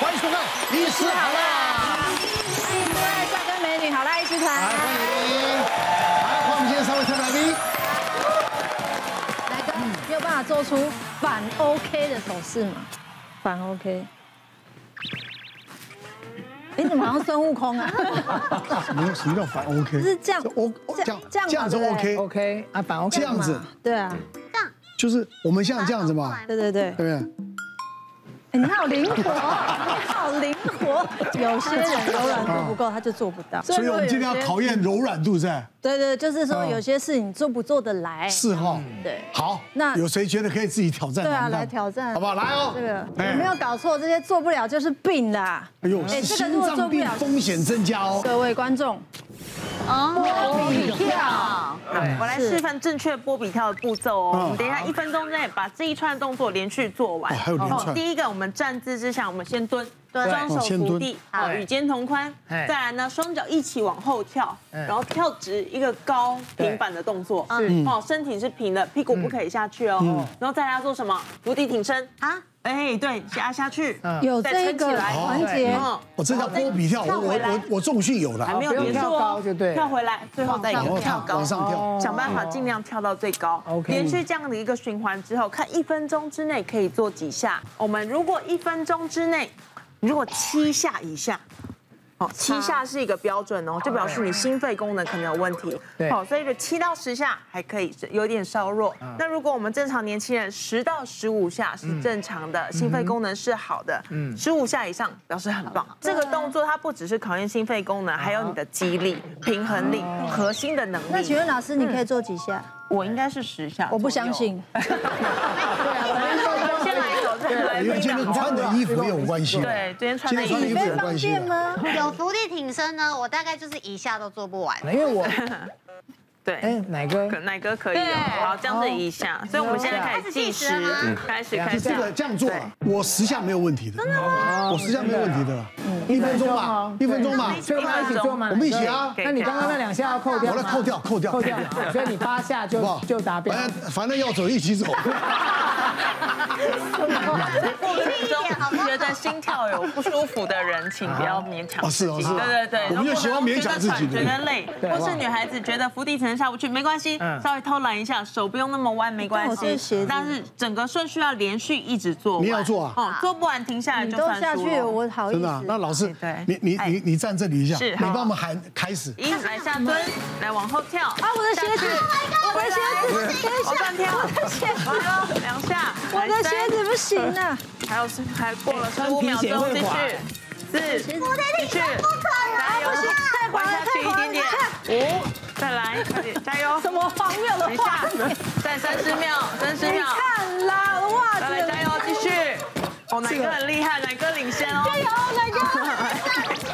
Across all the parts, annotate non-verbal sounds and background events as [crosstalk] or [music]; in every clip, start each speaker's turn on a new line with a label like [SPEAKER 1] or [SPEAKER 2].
[SPEAKER 1] 欢迎收看《医师好啦
[SPEAKER 2] 嗯欢迎各位帅哥美女，好啦，一师》，
[SPEAKER 1] 来
[SPEAKER 2] 团。
[SPEAKER 1] 欢迎，来欢迎我们今天三位特来宾。
[SPEAKER 2] 来哥，你有办法做出反 OK 的手势吗？反 OK。你哎怎么好像孙悟空啊？
[SPEAKER 1] 什么什么叫反 OK？
[SPEAKER 2] 是这样
[SPEAKER 1] 我这样
[SPEAKER 2] 这样
[SPEAKER 1] 这样子
[SPEAKER 2] 嘛对不
[SPEAKER 1] OK，
[SPEAKER 2] 对
[SPEAKER 3] OK 啊，反 OK
[SPEAKER 1] 这样子
[SPEAKER 2] [laughs] 对啊，
[SPEAKER 1] 就是我们像这样子嘛，
[SPEAKER 2] 对对
[SPEAKER 1] 对
[SPEAKER 2] 对
[SPEAKER 1] 不。对？
[SPEAKER 2] 哎你好灵活，你好灵活。有些人柔软度不够，他就做不到。
[SPEAKER 1] 所以我们今天要考验柔软度噻，
[SPEAKER 2] 对对，就是说
[SPEAKER 1] 嗯
[SPEAKER 2] 有些事你做不做得来。
[SPEAKER 1] 四号。
[SPEAKER 3] 嗯
[SPEAKER 2] 对。
[SPEAKER 1] 好，
[SPEAKER 2] 那
[SPEAKER 1] 有谁觉得可以自己挑战？
[SPEAKER 2] 对啊，
[SPEAKER 1] 难不难
[SPEAKER 2] 来挑战，
[SPEAKER 1] 好不好？来哦，
[SPEAKER 2] 这个
[SPEAKER 1] 哎
[SPEAKER 2] 有没有搞错？这些做不了就是病啦。
[SPEAKER 1] 哎呦，是
[SPEAKER 2] 这个
[SPEAKER 1] 心
[SPEAKER 2] 如果做
[SPEAKER 1] 脏
[SPEAKER 2] 不
[SPEAKER 1] 病
[SPEAKER 2] 了，
[SPEAKER 1] 风险增加哦。
[SPEAKER 2] 各位观众，
[SPEAKER 4] 波比跳，
[SPEAKER 5] 我来示范正确波比跳的步骤哦。我们等一下一分钟内把这一串动作连续做完。
[SPEAKER 1] 哦还有连串
[SPEAKER 5] 哦第一个，我们站姿之下，我们先蹲，
[SPEAKER 4] 蹲
[SPEAKER 5] 双手
[SPEAKER 1] 哦先
[SPEAKER 5] 扶
[SPEAKER 1] 蹲
[SPEAKER 5] 地，好，
[SPEAKER 3] 对
[SPEAKER 5] 与肩同宽。
[SPEAKER 3] 哎
[SPEAKER 5] 再来呢，双脚一起往后跳，
[SPEAKER 3] 嗯
[SPEAKER 5] 然后跳直一个高
[SPEAKER 3] 对
[SPEAKER 5] 平板的动作。
[SPEAKER 4] 是
[SPEAKER 5] 嗯，哦，身体是平的，屁股不可以下去哦。然后再来要做什么？伏地挺身
[SPEAKER 4] 啊
[SPEAKER 5] 啊！哎，对，压下去。
[SPEAKER 3] 嗯
[SPEAKER 2] 有
[SPEAKER 5] 再
[SPEAKER 2] 这
[SPEAKER 5] 撑起
[SPEAKER 2] 个
[SPEAKER 5] 来
[SPEAKER 2] 环节，
[SPEAKER 5] 嗯，
[SPEAKER 1] 我这叫波比跳，我
[SPEAKER 5] 跳
[SPEAKER 1] 我
[SPEAKER 5] 回来
[SPEAKER 1] 我我重训有
[SPEAKER 5] 还
[SPEAKER 1] 了，
[SPEAKER 5] 没有
[SPEAKER 3] 不用
[SPEAKER 5] 结束
[SPEAKER 3] 跳
[SPEAKER 5] 哦
[SPEAKER 3] 高就对了
[SPEAKER 5] 跳回来，最后再一
[SPEAKER 1] 往
[SPEAKER 5] 个
[SPEAKER 1] 后
[SPEAKER 5] 跳
[SPEAKER 1] 哦跳，
[SPEAKER 5] 高
[SPEAKER 1] 往。上
[SPEAKER 2] 哦
[SPEAKER 1] 跳，
[SPEAKER 5] 想办法尽量跳到最高。
[SPEAKER 3] 哦 OK
[SPEAKER 5] 连续这样的一个循环之后，看一分钟之内可以做几下。我们如果一分钟之内，如果七下以下。哦，七下是一个标准哦，就表示你心肺功能可能有问题。
[SPEAKER 3] 对
[SPEAKER 5] 好，所以就七到十下还可以，有点稍弱。
[SPEAKER 3] 嗯
[SPEAKER 5] 那如果我们正常年轻人十到十五下是正常
[SPEAKER 3] 嗯
[SPEAKER 5] 的，心肺功能是好的，嗯，十五下以上表示很棒。这个动作它不只是考验心肺功能，还有你的肌力、平衡力、
[SPEAKER 3] 哦
[SPEAKER 5] 核心的能力。
[SPEAKER 2] 那请问老师，你可以做几下？
[SPEAKER 5] 我应该是十下，
[SPEAKER 2] 我不相。信。
[SPEAKER 5] [laughs]
[SPEAKER 1] 哦
[SPEAKER 5] 先来一首，再来
[SPEAKER 1] 因为
[SPEAKER 5] 一
[SPEAKER 1] 今
[SPEAKER 5] 首
[SPEAKER 1] 天。穿的衣服也有关系。
[SPEAKER 5] 对，今天穿的
[SPEAKER 1] 今天
[SPEAKER 5] 衣
[SPEAKER 1] 穿
[SPEAKER 5] 服
[SPEAKER 1] 的衣服
[SPEAKER 2] 你被
[SPEAKER 1] 有
[SPEAKER 2] 放
[SPEAKER 1] 关系啊
[SPEAKER 2] 电吗？
[SPEAKER 4] [laughs] 有伏地挺身呢，我大概就是一下都做不完。
[SPEAKER 3] 因为我哎
[SPEAKER 1] 哎
[SPEAKER 5] 对。
[SPEAKER 3] 奶哥
[SPEAKER 5] 可奶哥可以哦，好，这样子一下，所以我们现在开始计时
[SPEAKER 4] 开始
[SPEAKER 2] 哦
[SPEAKER 5] 开始开
[SPEAKER 4] 计时了吗，
[SPEAKER 1] 就
[SPEAKER 5] 始，
[SPEAKER 1] 嗯哎这
[SPEAKER 5] [laughs]
[SPEAKER 1] 个这样做啊，我十下没有问题的，真的吗？我十下没有问题的，
[SPEAKER 3] 嗯
[SPEAKER 1] 一分钟吧，一分钟吧，
[SPEAKER 3] 所以我们一起做吗？
[SPEAKER 1] 我们一起啊
[SPEAKER 3] 奶哥那你刚刚那两下要扣掉
[SPEAKER 1] 我
[SPEAKER 3] 吗
[SPEAKER 1] 来扣掉，扣掉，
[SPEAKER 3] 扣掉，所以你八下
[SPEAKER 1] 好不哎
[SPEAKER 3] 就
[SPEAKER 1] 好？
[SPEAKER 3] 就达标。
[SPEAKER 1] 反正反正要走一起走，
[SPEAKER 5] 过程中觉得心跳有不舒服的人，请不要勉强自
[SPEAKER 1] 哦
[SPEAKER 5] 己。
[SPEAKER 1] 是哦是哦
[SPEAKER 5] 对对对，
[SPEAKER 1] 我们就喜欢勉强自己的
[SPEAKER 5] 觉得累，
[SPEAKER 3] 对
[SPEAKER 5] 或是女孩子觉得伏地挺身下不去，没关系，
[SPEAKER 3] 嗯
[SPEAKER 5] 稍微偷懒一下，手不用那么弯，没关
[SPEAKER 2] 我这鞋
[SPEAKER 5] 系
[SPEAKER 2] 子。
[SPEAKER 5] 但是整个顺序要连续一直做完。
[SPEAKER 1] 你要做啊
[SPEAKER 5] 哦，做不完停下来
[SPEAKER 2] 你
[SPEAKER 5] 就
[SPEAKER 2] 都
[SPEAKER 5] 算
[SPEAKER 2] 下
[SPEAKER 5] 输
[SPEAKER 2] 去，
[SPEAKER 5] 了。
[SPEAKER 2] 我好意
[SPEAKER 1] 真的啊。那
[SPEAKER 2] 思。
[SPEAKER 1] 老师
[SPEAKER 5] 对，
[SPEAKER 1] 你你你你站这里一下，
[SPEAKER 5] 是
[SPEAKER 1] 你
[SPEAKER 5] 好
[SPEAKER 1] 帮我们喊开始，
[SPEAKER 5] 一来下蹲，来往后跳。
[SPEAKER 2] 啊，我的鞋子，我的鞋子，等一
[SPEAKER 5] 往
[SPEAKER 2] 下
[SPEAKER 5] 上，跳，
[SPEAKER 2] 我的鞋子，
[SPEAKER 5] 来哦，两下，
[SPEAKER 2] 我的鞋子不行啊。
[SPEAKER 5] 还有还过了十五秒钟，继续，四，继续，加油，弯下去一点点，五，再来，快点，加油，
[SPEAKER 2] 什么荒谬
[SPEAKER 5] 等一
[SPEAKER 2] 的
[SPEAKER 5] 下
[SPEAKER 2] 话？，
[SPEAKER 5] 再三十秒，三十
[SPEAKER 2] 你
[SPEAKER 5] 秒，
[SPEAKER 2] 看啦，我的袜
[SPEAKER 5] 再来，
[SPEAKER 2] 子。
[SPEAKER 5] 加油，继续，哦，哪个很厉害，哪个领先哦，
[SPEAKER 2] 加油，哎那个。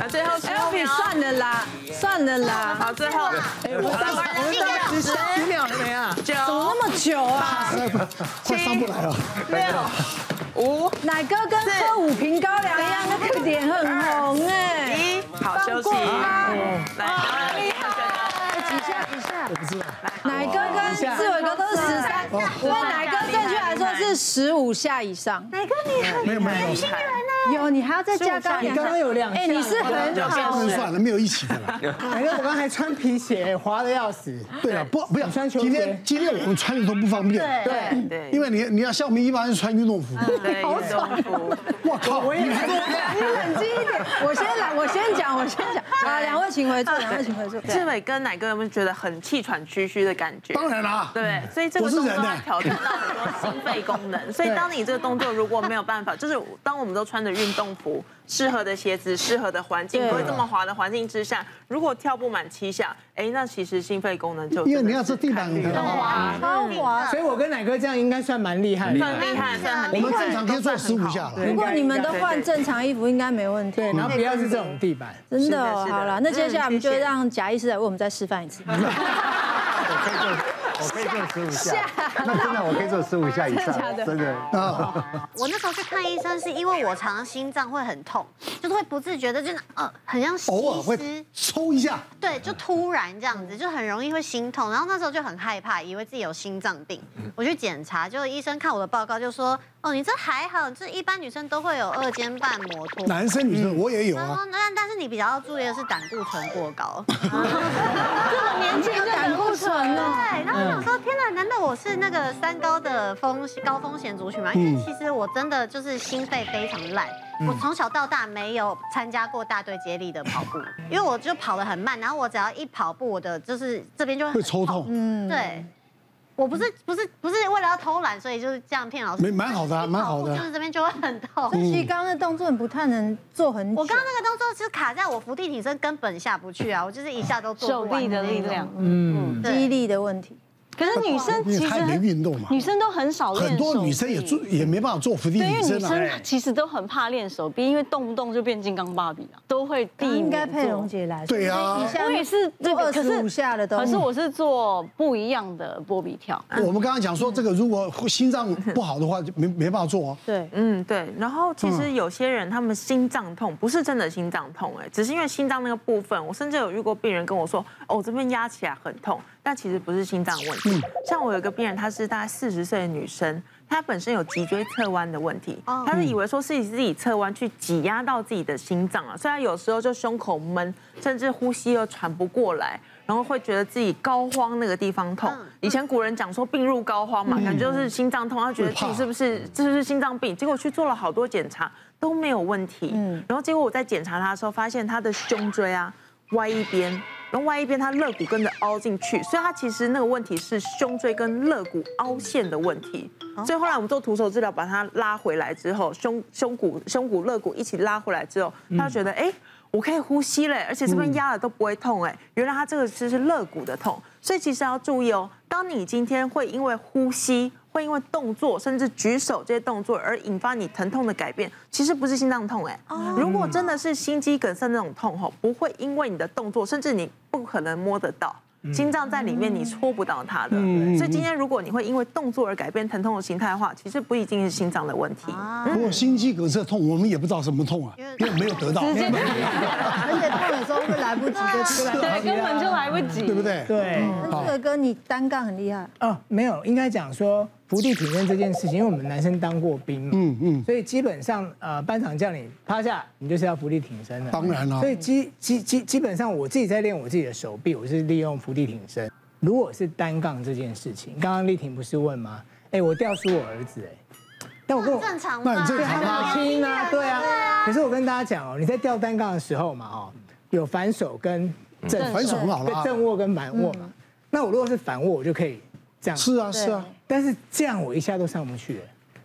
[SPEAKER 5] 那最后十
[SPEAKER 2] 哎，
[SPEAKER 5] 五
[SPEAKER 2] 比
[SPEAKER 5] 秒，
[SPEAKER 2] 算了啦，算了啦，
[SPEAKER 5] 哦好，最后，
[SPEAKER 3] 我
[SPEAKER 5] 好
[SPEAKER 3] 三
[SPEAKER 5] 了，
[SPEAKER 3] 我
[SPEAKER 1] 哎
[SPEAKER 5] 一秒，
[SPEAKER 3] 三十下几秒了没啊？
[SPEAKER 2] 怎
[SPEAKER 5] 九
[SPEAKER 2] 么，那么久啊？
[SPEAKER 1] 快上不来了，
[SPEAKER 5] 六，五，
[SPEAKER 2] 奶哥跟喝五瓶高粱一样，那个脸很红哎。
[SPEAKER 5] 一，好，休息，来，好，厉害，
[SPEAKER 2] 几下几下
[SPEAKER 1] 我，不知道，
[SPEAKER 2] 奶哥跟志伟哥都是十三，不过奶哥正确来说是十五下以上。
[SPEAKER 4] 哪个你很
[SPEAKER 1] 没有没有，
[SPEAKER 2] 有，你还要再加高
[SPEAKER 3] 你
[SPEAKER 2] 两
[SPEAKER 3] 刚
[SPEAKER 2] 下
[SPEAKER 3] 刚。有两下，
[SPEAKER 2] 哎，你是很好
[SPEAKER 1] 不能算了，没有一起的了。
[SPEAKER 3] 奶哥，我刚才穿皮鞋，滑的要死。
[SPEAKER 1] 对了，不不要，
[SPEAKER 3] 你穿球鞋
[SPEAKER 1] 今天今天我们穿的都不方便，
[SPEAKER 3] 对，
[SPEAKER 5] 对嗯
[SPEAKER 1] 因。为你你要像我们一般人穿运动服，
[SPEAKER 5] 对，运动服。
[SPEAKER 1] 哦我靠，
[SPEAKER 3] 我也
[SPEAKER 1] 你们
[SPEAKER 2] 你冷静一点，我先来，我先讲，我先讲。啊，两位请回座，两位请回座。
[SPEAKER 5] 志伟跟奶哥有没有觉得很气喘吁吁的感觉？
[SPEAKER 1] 当然啦，
[SPEAKER 5] 对，所以这
[SPEAKER 1] 嗯
[SPEAKER 5] 个
[SPEAKER 1] 我是
[SPEAKER 5] 动作
[SPEAKER 1] 人啊
[SPEAKER 5] 要
[SPEAKER 1] 呢
[SPEAKER 5] 挑战到很多心肺功
[SPEAKER 1] [laughs]
[SPEAKER 5] 能。所以当你这个动作如果没有办法，就是当我们都穿着运动服、适合的鞋子、适合的环境，
[SPEAKER 2] 对
[SPEAKER 5] 不会这么滑的环境之下，如果跳不满七下，哎，那其实心肺功能就
[SPEAKER 1] 因为你要是地板很高啊，
[SPEAKER 2] 超滑。
[SPEAKER 3] 所以我跟奶哥这样应该算蛮厉害的。
[SPEAKER 5] 算厉害，哎算很
[SPEAKER 1] 我
[SPEAKER 5] 厉
[SPEAKER 1] 们
[SPEAKER 5] 害。
[SPEAKER 1] 正常可以做十五下了。
[SPEAKER 6] [laughs]
[SPEAKER 3] 对
[SPEAKER 2] 如果你们都换正常衣服，应该没问题。
[SPEAKER 3] 对，然后不要是这种地板。
[SPEAKER 1] 嗯
[SPEAKER 2] 真
[SPEAKER 5] 是
[SPEAKER 2] 的
[SPEAKER 5] 的
[SPEAKER 2] 哦，
[SPEAKER 5] 是的
[SPEAKER 2] 好了，那接下来我们
[SPEAKER 5] 嗯谢
[SPEAKER 2] 就
[SPEAKER 5] 谢
[SPEAKER 2] 让贾医师来为我们再示范一次。
[SPEAKER 6] 我可以做十五下，那真的我可以做十五下以上，真的。
[SPEAKER 1] 啊，
[SPEAKER 4] 我那时候去看医生，是因为我常常心脏会很痛，就是会不自觉的，就是呃，很像西
[SPEAKER 1] 偶尔会
[SPEAKER 4] 施，
[SPEAKER 1] 抽一下，
[SPEAKER 4] 对，就突然这样子，就很容易会心痛。然后那时候就很害怕，以为自己有心脏病，
[SPEAKER 1] 嗯
[SPEAKER 4] 我去检查，就医生看我的报告就说，哦，你这还好，这一般女生都会有二尖瓣膜脱。
[SPEAKER 1] 男生女生我也有
[SPEAKER 4] 他
[SPEAKER 1] 啊。
[SPEAKER 4] 说，那但是你比较要注意的是胆固醇过
[SPEAKER 1] [laughs]
[SPEAKER 4] 高， [laughs] 这种年纪
[SPEAKER 2] 这个胆固醇哦，
[SPEAKER 1] 嗯
[SPEAKER 4] 对，然后我想说，天哪，难道我是那个三高的风险高风险族群吗？
[SPEAKER 1] 嗯
[SPEAKER 4] 因为其实我真的就是心肺非常烂。我从小到大没有参加过大队接力的跑步，因为我就跑得很慢，然后我只要一跑步，我的就是这边就会
[SPEAKER 1] 会
[SPEAKER 4] 很
[SPEAKER 1] 抽痛，
[SPEAKER 2] 嗯，
[SPEAKER 4] 对，我不是不是不是为了要偷懒，所以就是这样骗老师。
[SPEAKER 1] 没蛮好的啊
[SPEAKER 4] 一跑步
[SPEAKER 1] 蛮好的啊嗯
[SPEAKER 4] 就是这边就会很痛。
[SPEAKER 2] 所以其实刚刚的动作你不太能做很久。
[SPEAKER 4] 我刚刚那个动作是卡在我伏地挺身根本下不去啊，我就是一下都做
[SPEAKER 7] 手
[SPEAKER 4] 不完
[SPEAKER 7] 臂的
[SPEAKER 4] 那
[SPEAKER 7] 力
[SPEAKER 4] 种
[SPEAKER 7] 量。。
[SPEAKER 3] 嗯，
[SPEAKER 4] 对
[SPEAKER 2] 肌力的问题，
[SPEAKER 7] 可是女生
[SPEAKER 1] 因
[SPEAKER 7] 其
[SPEAKER 1] 为
[SPEAKER 7] 实
[SPEAKER 1] 太没运动嘛。
[SPEAKER 7] 女生都很嗯少练手
[SPEAKER 1] 很
[SPEAKER 7] 臂，
[SPEAKER 1] 多女生也做也没办法做伏地
[SPEAKER 7] 对，因为
[SPEAKER 1] 挺
[SPEAKER 7] 女
[SPEAKER 1] 身啊。
[SPEAKER 6] 哎
[SPEAKER 7] 生其实都很怕练手臂，因为动不动就变金刚芭比了，都会避免
[SPEAKER 2] 应该配
[SPEAKER 7] 做
[SPEAKER 2] 蓉姐来。
[SPEAKER 1] 对啊
[SPEAKER 2] 所以以下
[SPEAKER 7] 我也是这
[SPEAKER 2] 做
[SPEAKER 7] 个，
[SPEAKER 2] 二
[SPEAKER 7] 可
[SPEAKER 2] 十
[SPEAKER 7] 是
[SPEAKER 2] 五下的都。
[SPEAKER 7] 可是我是做不一样的波比
[SPEAKER 1] [laughs]
[SPEAKER 7] 跳。
[SPEAKER 1] 我们刚刚讲说，这个如果心脏不好的话，就没没办法做哦。
[SPEAKER 2] 对，
[SPEAKER 5] 嗯，对。然后其实有些人他们心脏痛不是真的心脏痛，哎，只是因为心脏那个部分，我甚至有遇过病人跟我说，哦，我这边压起来很痛，但其实不是心脏问题。像我有一个病人，她是大概四十岁的女生，她本身有脊椎侧弯的问题，
[SPEAKER 4] 哦
[SPEAKER 5] 她是以为说是自己侧弯去挤压到自己的心脏啊，所以她有时候就胸口闷，甚至呼吸又喘不过来。然后会觉得自己高肓那个地方痛
[SPEAKER 4] 嗯，
[SPEAKER 5] 以前古人讲说病入膏肓嘛，感觉就是心脏痛，她觉得自己是不是这是心脏病？结果去做了好多检查都没有问题。嗯，然后结果我在检查他的时候，发现他的胸椎啊歪一边，然后歪一边他肋骨跟着凹进去，所以他其实那个问题是胸椎跟肋骨凹陷的问题。所以后来我们做徒手治疗，把他拉回来之后，胸胸骨、胸骨、肋骨一起拉回来之后，他觉得哎。诶我可以呼吸嘞，而且这边压了都不会痛哎。原来他这个就是肋骨的痛，所以其实要注意哦。当你今天会因为呼吸，会因为动作，甚至举手这些动作而引发你疼痛的改变，其实不是心脏痛哎。
[SPEAKER 2] 哦
[SPEAKER 5] 如果真的是心肌梗塞那种痛吼，不会因为你的动作，甚至你不可能摸得到。心脏在里面，你戳不到它的。所以今天如果你会因为动作而改变疼痛的形态的话，其实不一定是心脏的问题。
[SPEAKER 2] 啊
[SPEAKER 1] 不过心肌梗塞痛，我们也不知道什么痛啊，因为没有得到，
[SPEAKER 2] 而且痛的时候会来不及就出 [laughs] 来。
[SPEAKER 7] 对，根本就来不及。
[SPEAKER 1] 对不对？
[SPEAKER 3] 对。
[SPEAKER 2] 但这个跟你单杠很厉害，
[SPEAKER 3] 哦，没有，应该讲说伏地挺身这件事情，因为我们男生当过兵嘛，嗯嗯，所以基本上呃，班长叫你趴下，你就是要伏地挺身的。
[SPEAKER 1] 当然啦
[SPEAKER 3] 所以基基基基本上我自己在练我自己的手臂，我是利用伏地挺身。如果是单杠这件事情，刚刚丽婷不是问吗？哎，我吊输我儿子哎，但我跟我
[SPEAKER 4] 正常
[SPEAKER 1] 那
[SPEAKER 4] 吧，
[SPEAKER 1] 你正
[SPEAKER 3] 对，
[SPEAKER 1] 常
[SPEAKER 3] 还
[SPEAKER 1] 啊
[SPEAKER 3] 好轻啊，对啊。可是我跟大家讲哦，你在吊单杠的时候嘛，哦，有反手跟正
[SPEAKER 1] 嗯反手很好
[SPEAKER 3] 对
[SPEAKER 1] 啦，
[SPEAKER 3] 正握跟反握嘛。那我如果是反握，我就可以这样。
[SPEAKER 1] 是啊是啊，
[SPEAKER 3] 但是这样我一下都上不去了。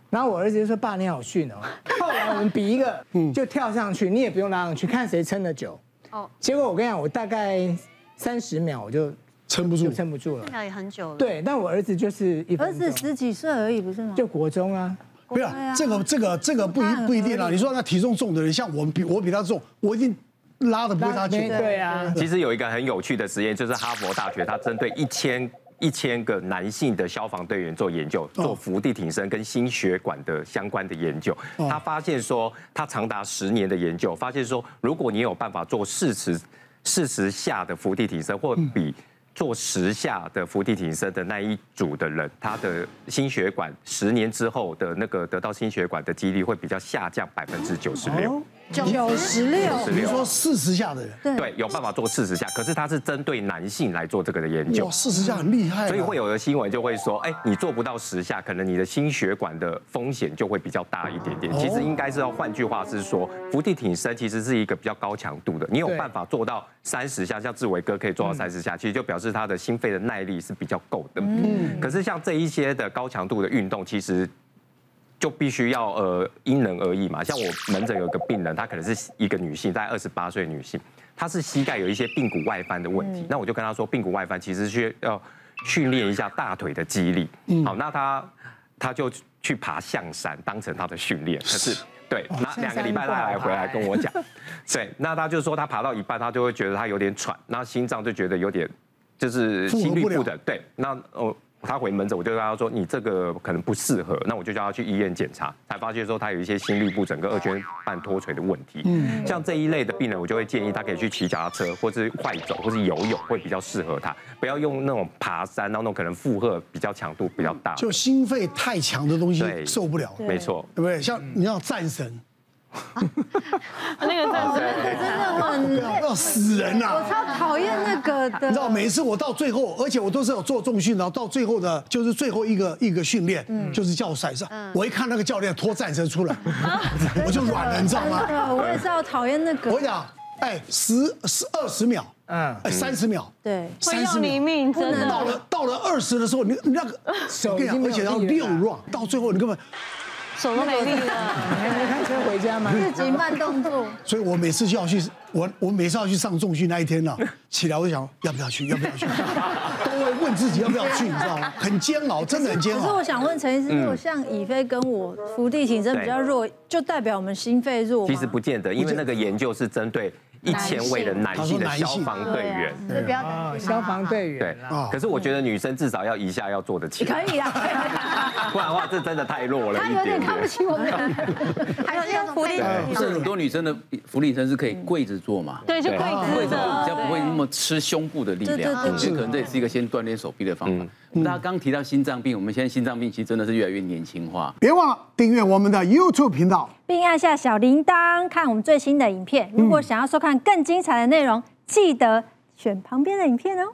[SPEAKER 3] 然后我儿子就说：“爸，你好逊哦。”后来我们比一个，
[SPEAKER 1] 嗯
[SPEAKER 3] 就跳上去，你也不用拉上去，看谁撑得久。哦
[SPEAKER 4] 哦。
[SPEAKER 3] 结果我跟你讲，我大概三十秒我就
[SPEAKER 1] 撑不住
[SPEAKER 3] 就。撑不住了。
[SPEAKER 4] 那也很久了。
[SPEAKER 3] 对，但我儿子就是一
[SPEAKER 2] 儿
[SPEAKER 3] 分
[SPEAKER 2] 子
[SPEAKER 3] 钟，
[SPEAKER 2] 十几岁而已，不是吗？
[SPEAKER 3] 就国中啊。
[SPEAKER 1] 不是
[SPEAKER 2] 对啊
[SPEAKER 1] 这个这个这个不
[SPEAKER 2] 那很
[SPEAKER 1] 一不一
[SPEAKER 2] 合
[SPEAKER 1] 定啊。
[SPEAKER 2] 理
[SPEAKER 1] 你说那体重重的人，像我们比我比他重，我一定拉的不会他久。
[SPEAKER 3] 对啊，
[SPEAKER 8] 其实有一个很有趣的实验，就是哈佛大学它针对一千一千个男性的消防队员做研究，做伏地挺身跟心血管的相关的研究。他发现说，他长达十年的研究，发现说，如果你有办法做四十四十下的伏地挺身，或比做十下的伏地挺身的那一组的人，他的心血管十年之后的那个得到心血管的几率会比较下降百分之九十
[SPEAKER 1] 哦
[SPEAKER 8] 六。
[SPEAKER 2] 九十六，
[SPEAKER 8] 十
[SPEAKER 1] 比如
[SPEAKER 8] 六。
[SPEAKER 1] 说四十下的人，
[SPEAKER 8] 对，有办法做四十下，可是它是针对男性来做这个的研究
[SPEAKER 1] 哇，，四十下很厉害啊，
[SPEAKER 8] 所以会有的新闻就会说，哎，你做不到十下，可能你的心血管的风险就会比较大一点点。其实应该是要，换句话是说，伏地挺身其实是一个比较高强度的，你有
[SPEAKER 3] 对
[SPEAKER 8] 办法做到三十下，像志伟哥可以做到三十下，其实就表示他的心肺的耐力是比较够的。嗯，可是像这一些的高强度的运动，其实就必须要呃因人而异嘛。像我门诊有一个病人，她可能是一个女性，大概二十八岁的女性，她是膝盖有一些髌骨外翻的问
[SPEAKER 1] 嗯
[SPEAKER 8] 题。那我就跟她说，髌骨外翻其实需要训练一下大腿的肌力。
[SPEAKER 1] 嗯
[SPEAKER 8] 好，那她她就去爬象山，当成她的
[SPEAKER 1] [laughs]
[SPEAKER 8] 训练。可是对，
[SPEAKER 1] 哦
[SPEAKER 8] 那两个礼拜她来回来跟我讲， [laughs] 对，那她就说她爬到一半，她就会觉得她有点喘，那心脏就觉得有点就是
[SPEAKER 1] 负荷
[SPEAKER 8] 心率
[SPEAKER 1] 不了
[SPEAKER 8] 不等。对，那哦，他回门诊，我就跟他说你这个可能不适合，那我就叫他去医院检查，才发现说他有一些心律不整跟二圈半脱垂的问题。嗯，像这一类的病人，我就会建议他可以去骑脚踏车，或是快走，或是游泳，会比较适合他。不要用那种爬山，然后那种可能负荷比较强度比较大的。
[SPEAKER 1] 就心肺太强的东西
[SPEAKER 8] 啊对
[SPEAKER 1] 受不了，
[SPEAKER 8] 没错，
[SPEAKER 1] 对不对？像你要战神，
[SPEAKER 7] 那个战神
[SPEAKER 1] 哦
[SPEAKER 2] 真的我很
[SPEAKER 3] 嗯
[SPEAKER 2] 累，
[SPEAKER 1] 要死人呐、
[SPEAKER 2] 我超讨厌那个的。
[SPEAKER 1] 你知道，每一次我到最后，而且我都是有做重训，然后到最后的，就是最后一个一个训练，
[SPEAKER 3] 嗯
[SPEAKER 1] 就是叫我甩上。我一看那个教练拖战神出
[SPEAKER 3] [laughs]
[SPEAKER 1] 来，我就软了，你知道吗？
[SPEAKER 3] 嗯
[SPEAKER 2] 真的，我也是好讨厌那个。
[SPEAKER 1] 我跟你讲，哎，十十二十秒，
[SPEAKER 3] 嗯
[SPEAKER 1] 嗯，哎，三十秒，
[SPEAKER 2] 对，
[SPEAKER 7] 会
[SPEAKER 1] 三
[SPEAKER 7] 要
[SPEAKER 1] 十秒。
[SPEAKER 7] 你命，真的。
[SPEAKER 1] 到了到了二十的时候，你你那个
[SPEAKER 3] 手
[SPEAKER 1] 我跟你讲，而
[SPEAKER 3] 已经没有
[SPEAKER 1] 且要
[SPEAKER 3] 力
[SPEAKER 1] 六
[SPEAKER 3] 了
[SPEAKER 1] round，到最后你根本，
[SPEAKER 7] 手都没力了，
[SPEAKER 3] 你还没开车回
[SPEAKER 1] [laughs]
[SPEAKER 3] 家吗？
[SPEAKER 2] 自己慢动作，
[SPEAKER 1] 所以我每次就要去，我我每次要去上重训那一天呢，起来我就想要不要去，要不要去， [laughs] 都会问自己要不要去，你知道吗？很煎熬，真的很煎
[SPEAKER 2] 可是
[SPEAKER 1] 熬
[SPEAKER 2] 我。想问陈医
[SPEAKER 8] 嗯
[SPEAKER 2] 师，如果像以飞跟我伏地挺身比较弱，就代表我们心肺弱吗？
[SPEAKER 8] 其实不见得，因为那个研究是针对一千位的男性的消防
[SPEAKER 2] 啊
[SPEAKER 8] 队员。
[SPEAKER 2] 所以不要
[SPEAKER 5] 啊
[SPEAKER 3] 哦，消防队
[SPEAKER 8] 对
[SPEAKER 3] 员啦，
[SPEAKER 1] 哦，
[SPEAKER 8] 可是我觉得女生至少要一下要做得起，
[SPEAKER 2] 可以
[SPEAKER 8] [laughs]
[SPEAKER 2] 啦，
[SPEAKER 8] 不然的话这真的太弱了
[SPEAKER 2] 他
[SPEAKER 8] 一
[SPEAKER 2] 有点
[SPEAKER 8] 点
[SPEAKER 2] 看不
[SPEAKER 8] 点。
[SPEAKER 2] 起我们
[SPEAKER 8] [laughs]
[SPEAKER 2] [laughs] 两个。
[SPEAKER 4] 还有那种福利
[SPEAKER 9] 不是很多女生的福利生是可以跪着做嘛？
[SPEAKER 7] 对，就跪
[SPEAKER 9] 跪
[SPEAKER 7] 姿
[SPEAKER 9] 着
[SPEAKER 7] 的，
[SPEAKER 9] 比较不会那么吃胸部的力
[SPEAKER 2] 嗯哦
[SPEAKER 9] 量，
[SPEAKER 2] 对对对
[SPEAKER 9] 所以可能这也是一个先锻炼手臂的方法。大家刚提到心脏病，我们现在心脏病其实真的是越来越年轻化。
[SPEAKER 1] 别忘了订阅我们的 YouTube 频道。
[SPEAKER 10] 并按下小铃铛看我们最新的影片。如果想要收看更精彩的内容，记得选旁边的影片哦。